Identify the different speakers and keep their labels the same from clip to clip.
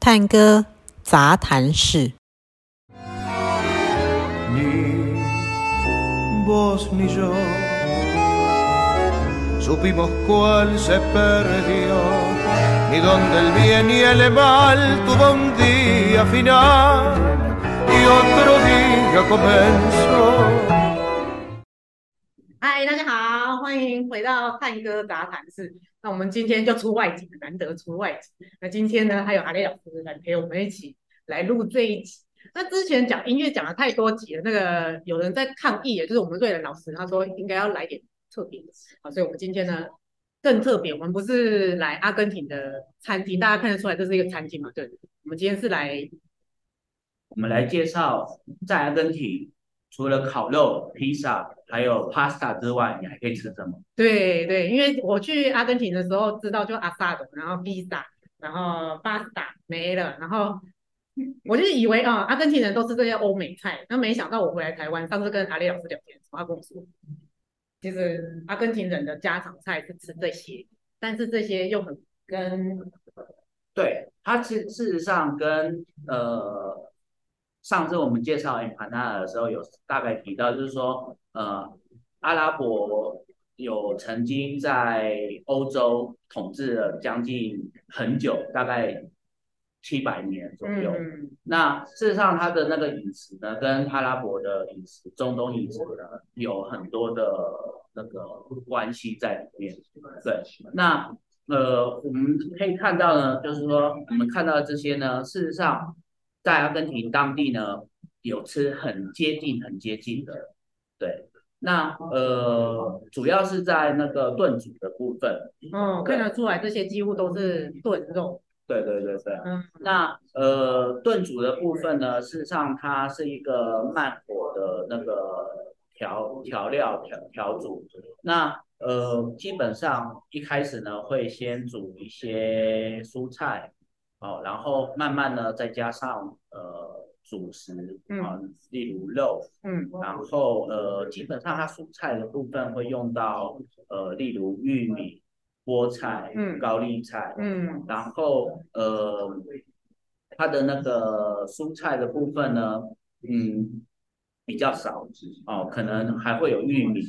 Speaker 1: 探戈杂谈室。
Speaker 2: Ni vos ni yo supimos cuál se perdió, ni dónde el bien y el mal tuvo un día final y otro día comenzó.
Speaker 3: 嗨，大家好，欢迎回到探戈杂谈室。那我们今天就出外景，难得出外景。那今天呢，还有阿雷老师来陪我们一起来录这一集。那之前讲音乐讲了太多集了，那个有人在抗议，也就是我们瑞仁老师，他说应该要来点特别的啊，所以我们今天呢更特别，我们不是来阿根廷的餐厅，大家看得出来这是一个餐厅嘛？对，我们今天是来
Speaker 4: 我们来介绍，在阿根廷除了烤肉、披萨还有 pasta 之外，你还可以吃什么？
Speaker 3: 对对，因为我去阿根廷的时候知道就阿萨德，然后披萨，然后巴斯塔没了，然后我就以为啊、阿根廷人都吃这些欧美菜，那没想到我回来台湾，上次跟阿丽老师聊天的时候，他跟我说，其实阿根廷人的家常菜是吃这些，但是这些又很跟
Speaker 4: 对，它其实事实上跟呃上次我们介绍 empanada 的时候有大概提到，就是说呃阿拉伯有曾经在欧洲统治了将近很久，大概七百年左右。
Speaker 3: 嗯
Speaker 4: 那事实上，它的那个饮食呢，跟阿拉伯的饮食、中东饮食呢，有很多的那个关系在里面。对，那呃，我们可以看到呢，就是说我们看到这些呢，事实上在阿根廷当地呢，有吃很接近、很接近的。对，那呃，主要是在那个炖煮的部分。
Speaker 3: 嗯，看得出来这些几乎都是炖肉，
Speaker 4: 对对对对。啊
Speaker 3: 嗯
Speaker 4: 那呃，炖煮的部分呢，事实上它是一个慢火的那个调调料调调煮。那呃，基本上一开始呢，会先煮一些蔬菜，哦，然后慢慢呢再加上呃主食
Speaker 3: 嗯
Speaker 4: 啊、例如肉，
Speaker 3: 嗯
Speaker 4: 然后呃，基本上它蔬菜的部分会用到呃，例如玉米、菠菜、
Speaker 3: 嗯
Speaker 4: 高丽菜，
Speaker 3: 嗯
Speaker 4: 然后呃，它的那个蔬菜的部分呢，嗯，比较少哦，可能还会有玉米，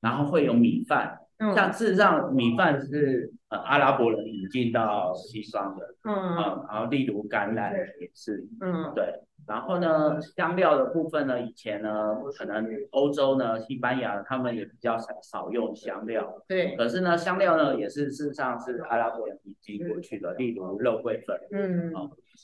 Speaker 4: 然后会有米饭。
Speaker 3: 嗯
Speaker 4: 但事实上，米饭是呃阿拉伯人引进到西方的
Speaker 3: 嗯
Speaker 4: 啊、然后例如橄榄也是
Speaker 3: 嗯
Speaker 4: 对，然后呢，香料的部分呢，以前呢，可能欧洲呢，西班牙他们也比较少少用香料，
Speaker 3: 对，
Speaker 4: 可是呢，香料呢也是事实上是阿拉伯人引进过去的，例如肉桂粉。
Speaker 3: 嗯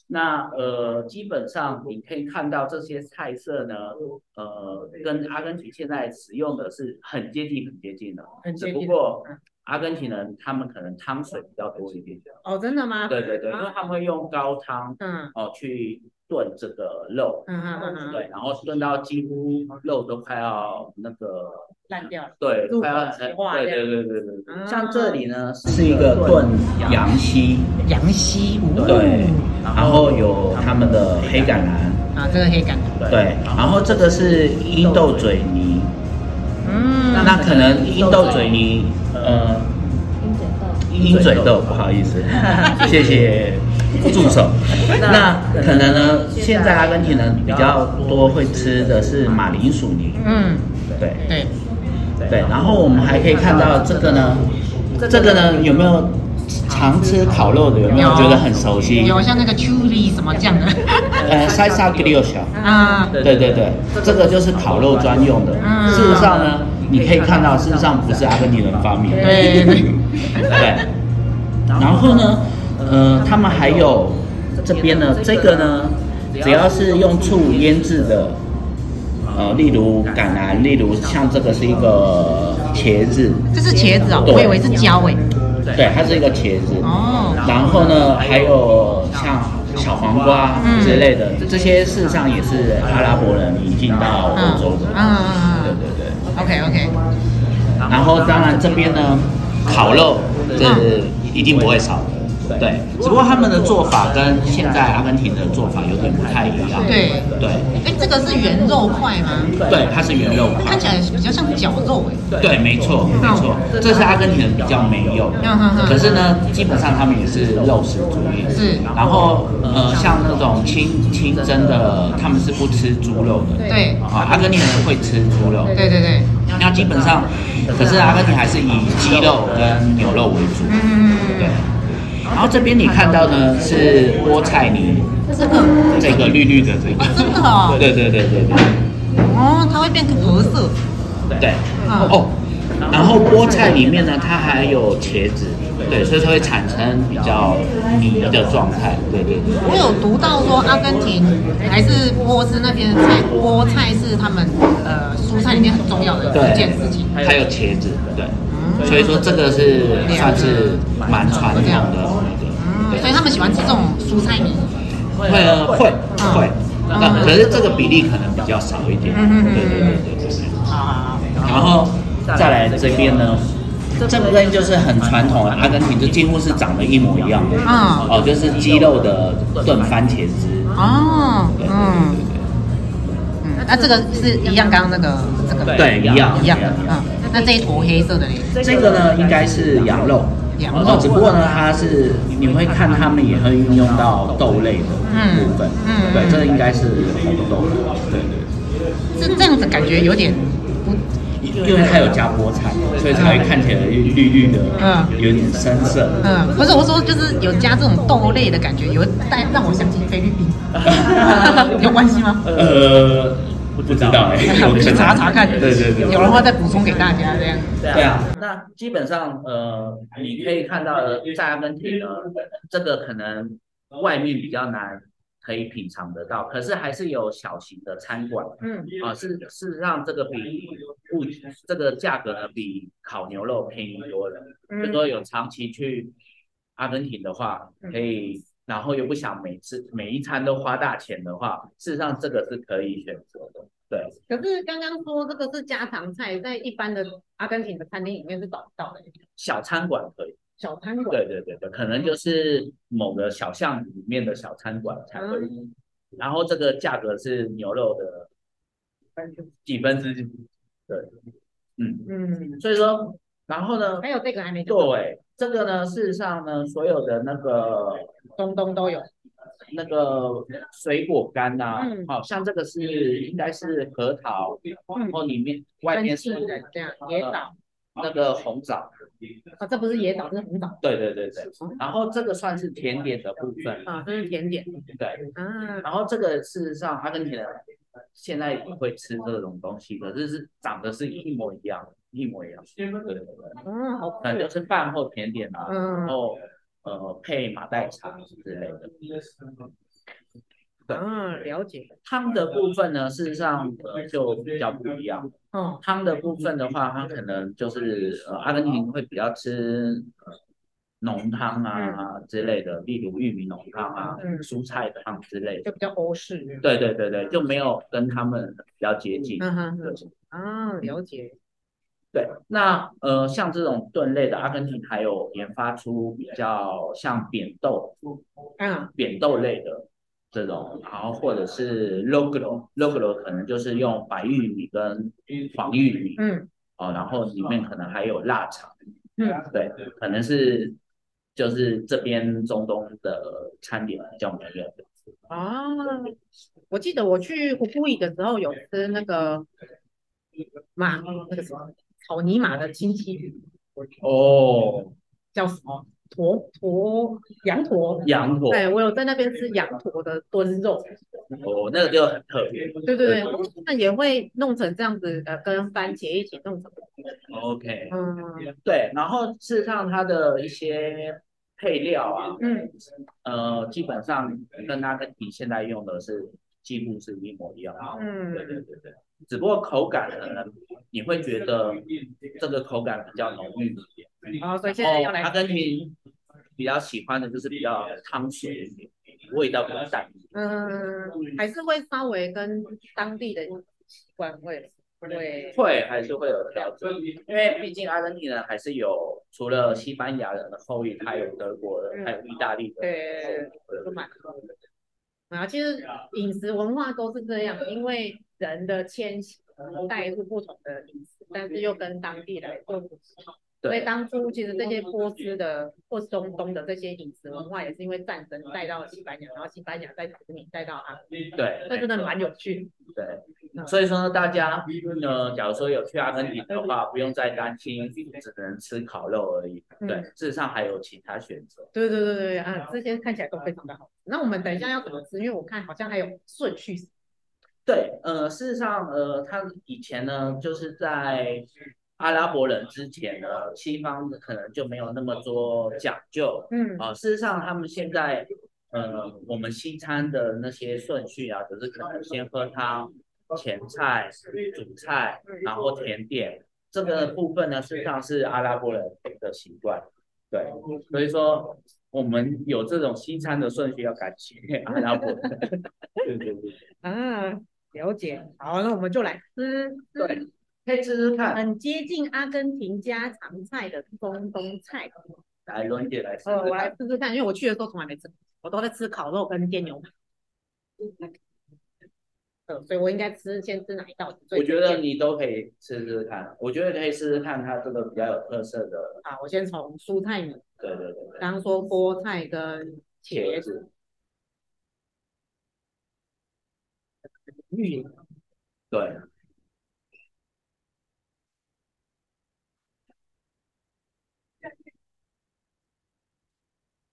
Speaker 4: 那呃，基本上你可以看到这些菜色呢，
Speaker 3: 嗯
Speaker 4: 呃，跟阿根廷现在使用的是很接近、很接近的，
Speaker 3: 很
Speaker 4: 只
Speaker 3: 接
Speaker 4: 不
Speaker 3: 近
Speaker 4: 过
Speaker 3: 嗯
Speaker 4: 阿根廷人他们可能汤水比较多一点。
Speaker 3: 哦，真的吗？
Speaker 4: 对对对，因为他们会用高汤
Speaker 3: 嗯
Speaker 4: 哦去炖这个肉
Speaker 3: 嗯，嗯嗯嗯，
Speaker 4: 对，然后炖到几乎肉都快要那个，
Speaker 3: 烂掉了，
Speaker 4: 对，
Speaker 3: 入口
Speaker 4: 快要，
Speaker 3: 即
Speaker 4: 呃
Speaker 3: 化
Speaker 4: 对
Speaker 3: 这样
Speaker 4: 对对对对对。
Speaker 3: 嗯
Speaker 4: 像这里呢是一个炖羊膝，
Speaker 1: 杨希，
Speaker 4: 对，然后有他们的黑橄榄，
Speaker 3: 啊，这个可以感觉，
Speaker 4: 对，然后这个是鹰豆嘴泥，
Speaker 3: 嗯
Speaker 4: 那可能鹰豆嘴泥，呃，鹰嘴豆，不好意思，谢谢助手。那可能呢，现在阿根廷人比较多会吃的是马铃薯泥，
Speaker 3: 嗯，
Speaker 4: 对
Speaker 3: 对，
Speaker 4: 对。然后我们还可以看到这个呢，这个呢有没有常吃烤肉的？有没有
Speaker 3: 有
Speaker 4: 觉得很熟悉？
Speaker 3: 有像那个 chili 什么酱的
Speaker 4: 呃，塞萨格里奥小。
Speaker 3: 啊，
Speaker 4: 对对对，这个就是烤肉专用的。
Speaker 3: 嗯
Speaker 4: 事实上呢，你可以看到，事实上不是阿根廷人发明的。
Speaker 3: 对对
Speaker 4: 对。然后呢，呃，他们还有这边呢，这个呢，只要是用醋腌制的，呃，例如橄榄，例如像这个是一个茄子，
Speaker 3: 这是茄子哦，
Speaker 4: 对
Speaker 3: 我以为是椒诶，
Speaker 4: 对，它是一个茄子。
Speaker 3: 哦，
Speaker 4: 然后呢，还有像小黄瓜
Speaker 3: 嗯
Speaker 4: 之类的，这些事实上也是阿拉伯人引进
Speaker 5: 哦
Speaker 4: 到
Speaker 5: 啊
Speaker 4: 欧洲的。
Speaker 3: 嗯嗯嗯
Speaker 4: 对对对。
Speaker 3: ，OK OK，
Speaker 4: 嗯然后当然这边呢，烤肉这
Speaker 3: 嗯
Speaker 4: 一定不会少的。对，只不过他们的做法跟现在阿根廷的做法有点不太一样。
Speaker 5: 对，
Speaker 4: 对
Speaker 5: 哎，这个是圆肉块吗？
Speaker 4: 对，它是原肉块
Speaker 5: 看。起来比较像绞肉哎。
Speaker 4: 对，没错，没错，这是阿根廷人比较没有
Speaker 5: 嗯哼
Speaker 4: 的
Speaker 5: 哼。
Speaker 4: 可是呢，基本上他们也是肉食主义。
Speaker 5: 是
Speaker 4: 然后呃，像那种清清真的，他们是不吃猪肉的。
Speaker 5: 对
Speaker 4: 啊，阿根廷人会吃猪肉。
Speaker 5: 对对对，
Speaker 4: 那基本上，可是阿根廷还是以鸡肉跟牛肉为主。
Speaker 5: 嗯，
Speaker 4: 对。然后这边你看到呢是菠菜泥，
Speaker 5: 这个
Speaker 4: 这个绿绿的这个。
Speaker 5: 真的哦
Speaker 4: 对对对对对。
Speaker 5: 哦，它会变成褐色。
Speaker 4: 对，
Speaker 5: 嗯
Speaker 4: 哦，然后菠菜里面呢，它还有茄子，对，所以它会产生比较泥的状态，对对对。
Speaker 5: 我有读到说阿根廷还是波斯那边的菜，菠菜是他们呃蔬菜里面很重要的
Speaker 4: 对，
Speaker 5: 一件事情。
Speaker 4: 还有茄子，
Speaker 5: 嗯
Speaker 4: 对，所以说这个是算是蛮传统的
Speaker 5: 嗯
Speaker 4: 那个，对
Speaker 5: 所以他们喜欢吃这种蔬菜米。
Speaker 4: 会呃会
Speaker 5: 嗯
Speaker 4: 会，那可是这个比例可能比较少一点，
Speaker 5: 嗯嗯嗯
Speaker 4: 对对对对对对。
Speaker 5: 啊，
Speaker 4: 然后再来这边呢，这边就是很传统啊的阿根廷，就几乎是长得一模一样的。
Speaker 5: 嗯
Speaker 4: 哦，就是鸡肉的炖番茄汁。
Speaker 5: 哦，
Speaker 4: 对
Speaker 5: 嗯嗯，那这个是一样，刚刚那个这个
Speaker 4: 对对对，对一样
Speaker 5: 一样的，嗯。那这一坨黑色的嘞，
Speaker 4: 这个呢，应该是羊肉。
Speaker 5: 羊
Speaker 4: 哦
Speaker 5: 肉，
Speaker 4: 只不过呢，它是你会看他们也会运用到豆类的部分。
Speaker 5: 嗯嗯
Speaker 4: 对，这应该是红豆。对对。
Speaker 5: 是这样子，感觉有点
Speaker 4: 因为它有加菠菜，所以才会看起来绿绿的，
Speaker 5: 嗯
Speaker 4: 有点深色。
Speaker 5: 嗯，不是我说，就是有加这种豆类的感觉，有带让我想起菲 律宾，有关系吗？
Speaker 4: 呃，不知道哎、
Speaker 5: 我去查查看，
Speaker 4: 对对对，
Speaker 5: 有的话再补充给大家这样。
Speaker 4: 对啊，那基本上呃，你可以看到的在阿根廷呢，这个可能外面比较难可以品尝得到，可是还是有小型的餐馆
Speaker 3: 嗯，
Speaker 4: 啊、是是让这个比物这个价格呢比烤牛肉便宜多了。
Speaker 3: 嗯
Speaker 4: 就说有长期去阿根廷的话，可以，然后又不想每次每一餐都花大钱的话，事实上这个是可以选择的。对，
Speaker 3: 可是刚刚说这个是家常菜，在一般的阿根廷的餐厅里面是找不到的
Speaker 4: 小餐馆可以。
Speaker 3: 小餐馆。
Speaker 4: 对对对对，可能就是某个小巷里面的小餐馆才会。然后这个价格是牛肉的几分之几？对，嗯，
Speaker 3: 嗯，
Speaker 4: 所以说，然后呢，
Speaker 3: 还有这个还没做，
Speaker 4: 对这个呢，事实上呢，所有的那个
Speaker 3: 东东都有。
Speaker 4: 那个水果干呐、好、
Speaker 3: 嗯
Speaker 4: 像这个是应该是核桃，然后里面外面是
Speaker 3: 跟杏仁这样野
Speaker 4: 呃
Speaker 3: 枣
Speaker 4: 那个红枣，
Speaker 3: 啊，这不是野枣，这是红枣
Speaker 4: 对对对对。然后这个算是甜点的部分，
Speaker 3: 啊，这是甜点
Speaker 4: 对。
Speaker 3: 啊。
Speaker 4: 然后这个事实上，阿根廷人现在也会吃这种东西的，就是长得是一模一样，一模一样。对对对对，
Speaker 3: 嗯，好酷
Speaker 4: 那就是饭后甜点啊，然
Speaker 3: 嗯
Speaker 4: 后呃配马黛茶之类的。
Speaker 3: 嗯，了解。
Speaker 4: 汤的部分呢，事实上呃就比较不一样。
Speaker 3: 哦，
Speaker 4: 汤的部分的
Speaker 3: 嗯
Speaker 4: 话，它可能就是呃，阿根廷会比较吃呃浓汤啊之类的，例如玉米浓汤啊、
Speaker 3: 嗯
Speaker 4: 蔬菜汤之类
Speaker 3: 就
Speaker 4: 的。
Speaker 3: 比较欧式。
Speaker 4: 对对对对，就没有跟他们比较接近。
Speaker 3: 嗯哼
Speaker 4: 对
Speaker 3: 哼，啊，了解。
Speaker 4: 对，那呃，像这种炖类的，阿根廷还有研发出比较像扁豆、
Speaker 3: 嗯
Speaker 4: 扁豆类的这种，然后或者是 logro，logro 可能就是用白玉米跟黄玉米，
Speaker 3: 嗯
Speaker 4: 哦，然后里面可能还有腊肠，
Speaker 3: 嗯，
Speaker 4: 对，可能是就是这边中东的餐点比较没有的，
Speaker 3: 啊，我记得我去胡布里的时候有吃那个马，那个什么草泥马的亲戚
Speaker 4: 哦，
Speaker 3: 叫什么？驼驼羊驼。
Speaker 4: 羊驼，
Speaker 3: 对，我有在那边吃羊驼的炖肉，
Speaker 4: 哦，那个就很特别
Speaker 3: 对对对，那也会弄成这样子，呃，跟番茄一起弄成，
Speaker 4: ，OK，
Speaker 3: 嗯
Speaker 4: 对，然后事实上它的一些配料啊，
Speaker 3: 嗯，
Speaker 4: 呃，基本上跟阿根廷现在用的是几乎是一模一样，
Speaker 3: 嗯
Speaker 4: 对对对对，只不过口感可能你会觉得这个口感比较浓郁一点。
Speaker 3: 然后哦所以现
Speaker 4: 然
Speaker 3: 在
Speaker 4: 后
Speaker 3: 要来
Speaker 4: 阿，根廷比较喜欢的就是比较汤水一点，味道比较淡一点。
Speaker 3: 嗯，还是会稍微跟当地的习惯会对，
Speaker 4: 会还是会有调整，因为毕竟阿根廷人还是有除了西班牙人的后裔，还有德国
Speaker 3: 嗯
Speaker 4: 人，还有意大利人，
Speaker 3: 对都蛮高的。然后其实饮食文化都是这样，因为人的迁徙带入不同的饮食，但是又跟当地来做不同。所以
Speaker 4: 对
Speaker 3: 当初其实这些波斯的或是中东的这些饮食文化，也是因为战争带到西班牙，然后西班牙再殖民带到阿根廷，
Speaker 4: 对，
Speaker 3: 那真的蛮有趣。
Speaker 4: 对，所以说呢，大家呃，假如说有去阿根廷的话，不用再担心只能吃烤肉而已。
Speaker 3: 嗯
Speaker 4: 对，事实上还有其他选择。
Speaker 3: 对对对对对，啊，这些看起来都非常的好吃。那我们等一下要怎么吃？因为我看好像还有顺序食。
Speaker 4: 对，呃，事实上，呃，他以前呢，就是在阿拉伯人之前呢，西方可能就没有那么多讲究
Speaker 3: 嗯
Speaker 4: 啊、事实上，他们现在，呃，我们西餐的那些顺序啊，就是可能先喝汤、前菜、主菜，然后甜点。这个部分呢，事实上是阿拉伯人的习惯。对，所以说我们有这种西餐的顺序，要感谢阿拉伯人。 对对对。
Speaker 3: 啊，了解。好，那我们就来吃，
Speaker 4: 对，可以试试看，
Speaker 3: 很接近阿根廷家常菜的中东菜。
Speaker 4: 来轮姐来试
Speaker 3: 呃，
Speaker 4: 试
Speaker 3: 我来
Speaker 4: 看。
Speaker 3: 试试看，因为我去的时候从来没吃过，我都在吃烤肉跟煎牛排。呃，所以我应该吃先吃哪一道是最
Speaker 4: 我觉
Speaker 3: 推荐
Speaker 4: 得
Speaker 3: 的
Speaker 4: 你都可以试试看，我觉得可以试试看它这个比较有特色的，
Speaker 3: 啊，我先从蔬菜米，
Speaker 4: 对对对对，
Speaker 3: 刚刚说菠菜跟茄
Speaker 4: 茄
Speaker 3: 子，
Speaker 4: 子，
Speaker 3: 芋圆
Speaker 4: 对，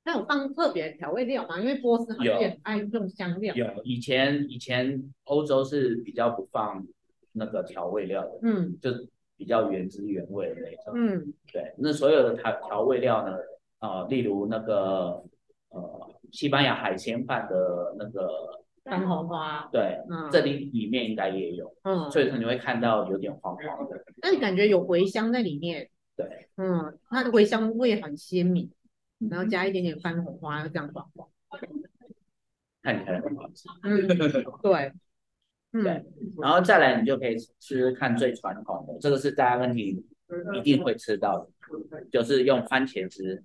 Speaker 3: 它有放特别的调味料吗？因为波斯好像也很爱用香料。
Speaker 4: 有以前以前欧洲是比较不放那个调味料的，
Speaker 3: 嗯
Speaker 4: 就比较原汁原味的那种。
Speaker 3: 嗯
Speaker 4: 对，那所有的调调味料呢，啊、例如那个呃西班牙海鲜饭的那个，
Speaker 3: 番红花，
Speaker 4: 对，
Speaker 3: 嗯
Speaker 4: 这里里面应该也有。
Speaker 3: 嗯，
Speaker 4: 所以你会看到有点黄黄的。
Speaker 3: 但是感觉有茴香在里面，
Speaker 4: 对，
Speaker 3: 嗯，它的茴香味很鲜明，然后加一点点番红花，这样爽爽。
Speaker 4: 看起来很好吃。
Speaker 3: 嗯，对，嗯
Speaker 4: 对然后再来，你就可以试试看最传统的，这个是在阿根廷
Speaker 3: 嗯
Speaker 4: 一定会吃到的，就是用番茄汁。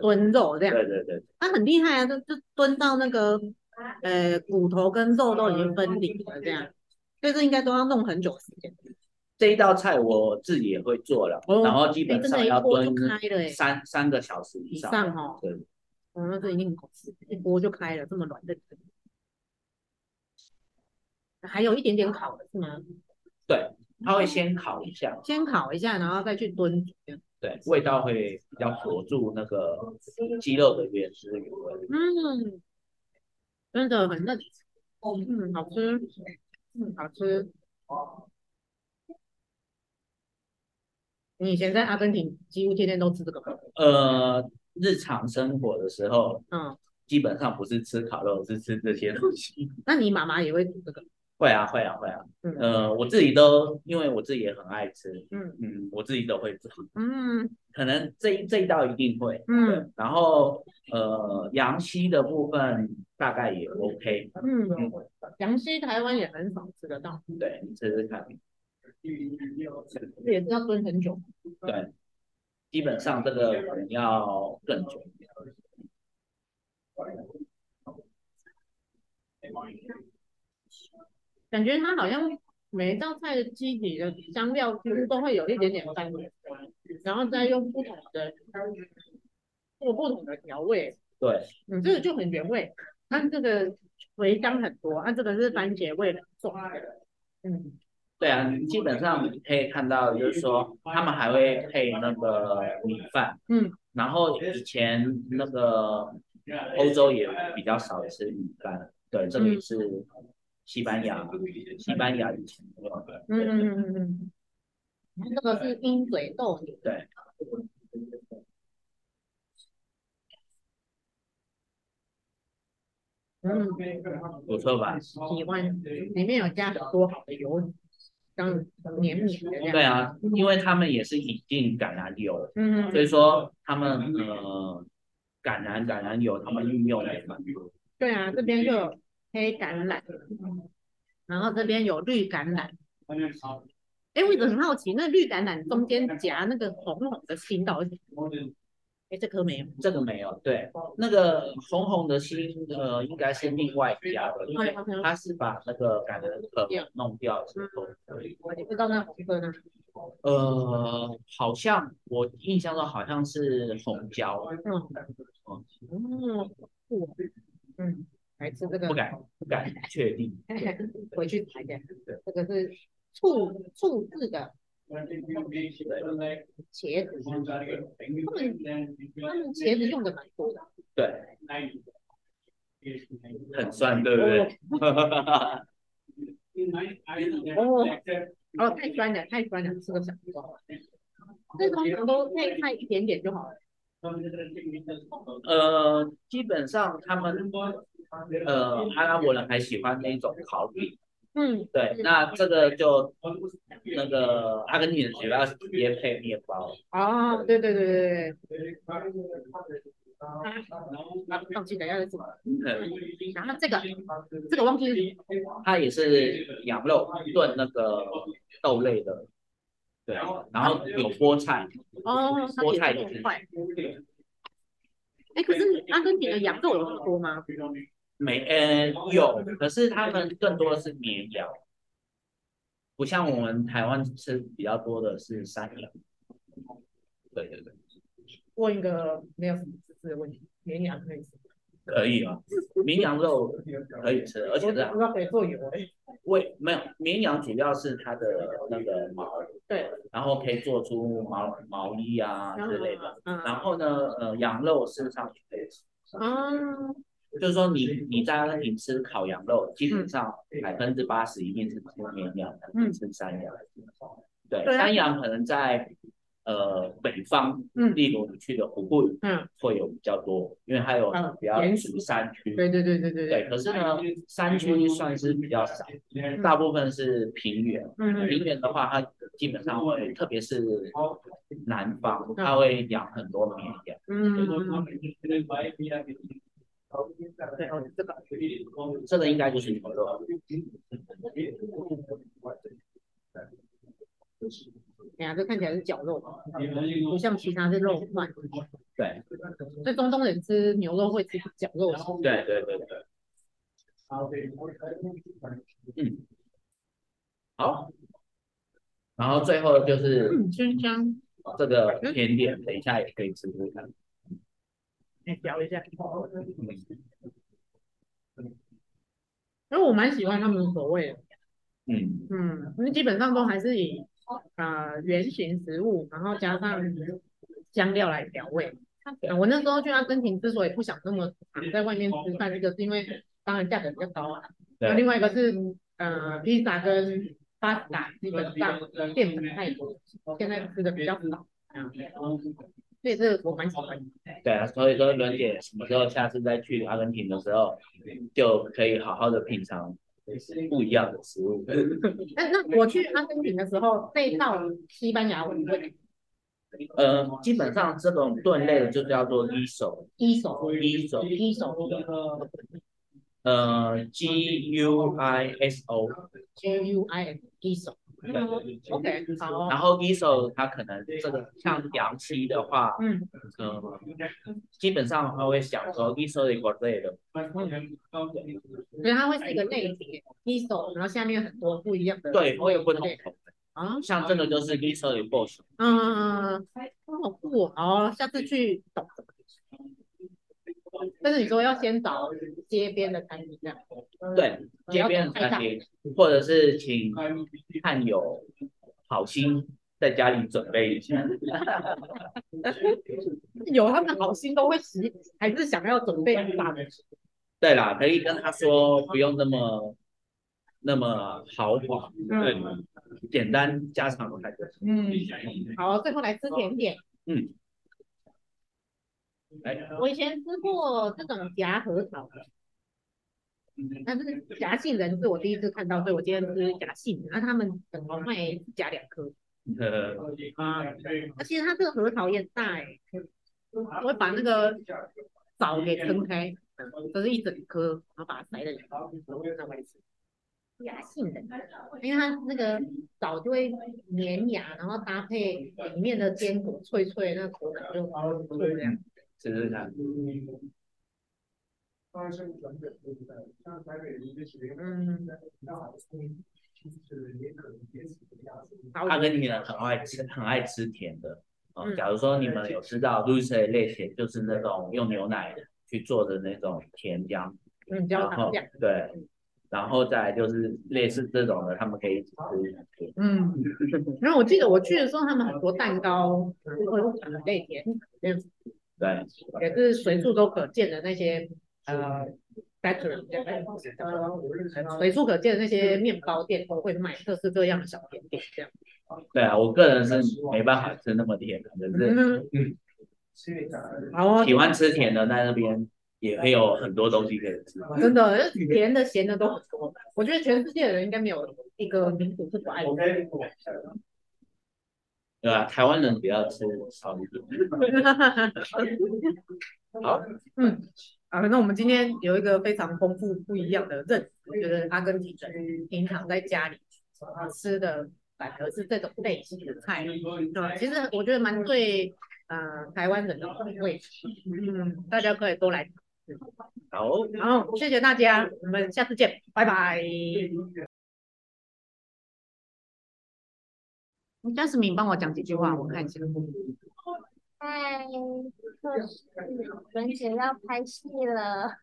Speaker 3: 炖肉这样，
Speaker 4: 对对对，
Speaker 3: 它很厉害啊，就就炖到那个呃骨头跟肉都已经分离了这样，所以这应该都要弄很久时间。
Speaker 4: 这一道菜我自己也会做了，
Speaker 3: 哦
Speaker 4: 然后基
Speaker 3: 哎，
Speaker 4: 本
Speaker 3: 真
Speaker 4: 上
Speaker 3: 的，一
Speaker 4: 要
Speaker 3: 锅就
Speaker 4: 炖
Speaker 3: 开了哎、
Speaker 4: 三三个小时以
Speaker 3: 以
Speaker 4: 上。
Speaker 3: 上哦，
Speaker 4: 对，
Speaker 3: 哦，那这一定很好吃，一锅就开了，这么软的。还有一点点烤的是吗？
Speaker 4: 它会先烤一下，
Speaker 3: 先烤一下，然后再去炖煮。
Speaker 4: 对，味道会比较锁住那个鸡肉的原汁原味。
Speaker 3: 嗯，真的很嫩，嗯，好吃，嗯，好吃。你以前在阿根廷几乎天天都吃这个吗？
Speaker 4: 呃，日常生活的时候，
Speaker 3: 嗯，
Speaker 4: 基本上不是吃烤肉，是吃这些东西。
Speaker 3: 那你妈妈也会煮这个？
Speaker 4: 会啊，会啊，会啊。
Speaker 3: 嗯
Speaker 4: 呃，我自己都，因为我自己也很爱吃，
Speaker 3: 嗯
Speaker 4: 嗯，我自己都会做，
Speaker 3: 嗯
Speaker 4: 可能这一这一道一定会。
Speaker 3: 嗯
Speaker 4: 然后呃，羊膝的部分大概也 OK，
Speaker 3: 嗯，羊溪台湾也很少吃得到，
Speaker 4: 对，你试试看。
Speaker 3: 也是要炖很久。
Speaker 4: 对，基本上这个可能要更久一点。
Speaker 3: 感觉它好像每一道菜的基底的香料几乎都会有一点点番茄，然后再用不同的做不同的调味。
Speaker 4: 对，
Speaker 3: 嗯，这个就很原味，它这个茴香很多，它这个是番茄味很重。嗯，
Speaker 4: 对啊，基本上你可以看到，就是说他们还会配那个米饭，
Speaker 3: 嗯，
Speaker 4: 然后以前那个欧洲也比较少吃米饭，对，这个
Speaker 3: 嗯
Speaker 4: 也是西班牙，西班牙以前没有的，
Speaker 3: 嗯嗯嗯嗯嗯，这个是鹰嘴豆泥，
Speaker 4: 对，
Speaker 3: 嗯，
Speaker 4: 不错吧？
Speaker 3: 喜欢，里面有加很多好的油脂，让绵绵的这样。
Speaker 4: 对啊，因为他们也是引进橄榄油，
Speaker 3: 嗯，
Speaker 4: 所
Speaker 3: 嗯，
Speaker 4: 以说他们呃橄榄橄榄油他们运用的也蛮多，
Speaker 3: 嗯对啊，这边就有黑橄榄，然后这边有绿橄榄，哎，我一直很好奇，那绿橄榄中间夹那个红红的心到底是什么？哎，这颗没有。
Speaker 4: 这个没有，对，那个红红的心，呃，应该是另外加的，因为它是把那个感人壳弄掉之后，
Speaker 3: 我就不知道那红色呢。
Speaker 4: 呃，好像我印象中好像是红椒，嗯，
Speaker 3: 哦，酷哦嗯，来吃这个
Speaker 4: 不，敢不敢确定，
Speaker 3: 回去查一下。这个是醋醋制的茄子，他们茄子用的蛮多的。
Speaker 4: 对，很酸，对不对？
Speaker 3: 哦，太酸了，太酸了，吃个小不够。这通常都太太一点点就好了。
Speaker 4: 呃，基本上他们呃阿拉伯人还喜欢那种烤饼，
Speaker 3: 嗯，
Speaker 4: 对，那这个就那个阿根廷人主要是直接配面包，
Speaker 3: 哦，对对对对对，忘记等一下再吃。
Speaker 4: 嗯，
Speaker 3: 然后这个这个忘记是什么
Speaker 4: 它也是羊肉炖那个豆类的，对，然后有菠菜，
Speaker 3: 哦，它
Speaker 4: 菠
Speaker 3: 也
Speaker 4: 菜
Speaker 3: 是
Speaker 4: 也
Speaker 3: 很
Speaker 4: 是
Speaker 3: 快。哎，可是阿根廷的羊肉有那么多吗？
Speaker 4: 没，呃，有，可是他们更多的是绵羊，不像我们台湾吃比较多的是山羊。对对对，
Speaker 3: 问一个没有什么知识的问题，绵羊可以吃吗？
Speaker 4: 可以啊，绵羊肉可以吃，而
Speaker 3: 我
Speaker 4: 且
Speaker 3: 只
Speaker 4: 是
Speaker 3: 知道可以做油哎。
Speaker 4: 味没有绵羊主要是它的那个毛，
Speaker 3: 对，
Speaker 4: 然后可以做出毛毛衣啊之类的。
Speaker 3: 嗯
Speaker 4: 然后呢，呃，羊肉事实上也可以吃，
Speaker 3: 啊，
Speaker 4: 就是说你你在阿根廷吃烤羊肉，基
Speaker 3: 嗯
Speaker 4: 本上百分之八十一定是吃绵羊，不是吃山羊。对，
Speaker 3: 对啊
Speaker 4: 山羊可能在呃北方，
Speaker 3: 嗯
Speaker 4: 例如你去的湖北
Speaker 3: 嗯，
Speaker 4: 会有比较多，因为它有
Speaker 3: 嗯
Speaker 4: 比较
Speaker 3: 盐
Speaker 4: 属于山区。
Speaker 3: 对对对对对
Speaker 4: 对，，可是呢，山区算是比较少，大部分是平原。
Speaker 3: 嗯嗯
Speaker 4: 平原的话，它基本上会，特别是南方，它会养很多绵羊。
Speaker 3: 嗯嗯，对哦，这个
Speaker 4: 这个应该就是牛肉。
Speaker 3: 哎呀，这看起来是绞肉，不像其他的肉块。
Speaker 4: 对
Speaker 3: 所以中东人吃牛肉会吃绞肉，
Speaker 4: 对对对对，嗯，好。然后最后就是
Speaker 3: 嗯，熏香，
Speaker 4: 这个甜点，等一下也可以吃吃看。
Speaker 3: 哎，嚼一下。
Speaker 4: 嗯
Speaker 3: 因为我蛮喜欢他们的口味的，
Speaker 4: 嗯，
Speaker 3: 嗯，因为基本上都还是以呃原型食物，然后加上香料来调味。呃我那时候去阿根廷之所以不想那么常在外面吃饭，一个是因为当然价格比较高啊，然后
Speaker 4: 对
Speaker 3: 另外一个是呃披萨跟 pasta 基本上淀粉太多，现在吃的比较少，嗯，所以这个我蛮喜欢的。
Speaker 4: 对啊，所以说伦姐什么时候下次再去阿根廷的时候，就可以好好的品尝不一样的食物。
Speaker 3: 那那我去阿根廷的时候，那一道西班牙文会
Speaker 4: 呃，基本上这种炖类的就叫做一手，
Speaker 3: 一手
Speaker 4: 一手，
Speaker 3: 一手
Speaker 4: 呃，G U I S O，
Speaker 3: J U I S 一手
Speaker 4: 对
Speaker 3: OK，好哦
Speaker 4: 然后一手它可能这个像凉席的话，
Speaker 3: 嗯，
Speaker 4: 呃，基本上它会想说一手的 g o r d e r
Speaker 3: 所以它会是一个类别，一手，然后下面很多不一样的
Speaker 4: 对，会有不同
Speaker 3: 类
Speaker 4: 口味
Speaker 3: 啊，嗯
Speaker 4: 像这个就是一手的 b o s s
Speaker 3: 嗯嗯嗯，好酷哦，好下次去懂。但是你说要先找街边的餐厅这样，嗯
Speaker 4: 对，街边的餐厅，或者是请看友好心在家里准备一下。
Speaker 3: 有他们好心都会洗，还是想要准备很大的，
Speaker 4: 对啦，可以跟他说不用那么那么豪华，对，简单家常的感觉。
Speaker 3: 嗯，好，最后来吃甜点。
Speaker 4: 嗯，哎，
Speaker 3: 我以前吃过这种夹核桃的，但是夹杏仁是我第一次看到，所以我今天吃夹杏仁。那他们整个卖一夹两颗
Speaker 4: 呃，
Speaker 3: 啊，那其实它这个核桃也很大哎、我会把那个枣给撑开，嗯这是一整颗，然后把它塞在里面，然后拿过来吃。亚性的，因为它那个枣就会黏牙，然后搭配里面的坚果脆脆，那口感就很不一样。
Speaker 4: 试试看。
Speaker 3: 嗯，好
Speaker 4: 阿根廷人很爱吃，很爱吃甜的。哦
Speaker 3: 嗯，
Speaker 4: 假如说你们有知道 l u c 类型，就是那种用牛奶去做的那种甜浆，
Speaker 3: 嗯，比较
Speaker 4: 然
Speaker 3: 常
Speaker 4: 后
Speaker 3: 见。
Speaker 4: 对，然后再来就是类似这种的，他们可以一起吃。
Speaker 3: 嗯，然后我记得我去的时候，他们很多蛋糕都很类甜，
Speaker 4: 对，
Speaker 3: 也是随处都可见的那些呃 factory，呃随处可见的那些面包店都会卖各式各样的小甜点，这样。
Speaker 4: 对啊，我个人是没办法吃那么甜的，可是
Speaker 3: 嗯，好哦
Speaker 4: 喜，欢吃甜的，在那边也会有很多东西可以吃。
Speaker 3: 真的甜的咸的都很多。我觉得全世界的人应该没有一个民族是不爱吃的。
Speaker 4: 对啊，台湾人比较吃少一点。好，
Speaker 3: 嗯，啊，那我们今天有一个非常丰富不一样的认识，就是阿根廷人平常在家里吃的反而是这种类型的菜，对，其实我觉得蛮对呃台湾人的口味，嗯，大家可以多来尝试。
Speaker 4: 好。
Speaker 3: 然后谢谢大家，我们下次见，拜拜。贾斯敏，帮我讲几句话，我看一下。
Speaker 6: 嗨，可是文姐要拍戏了，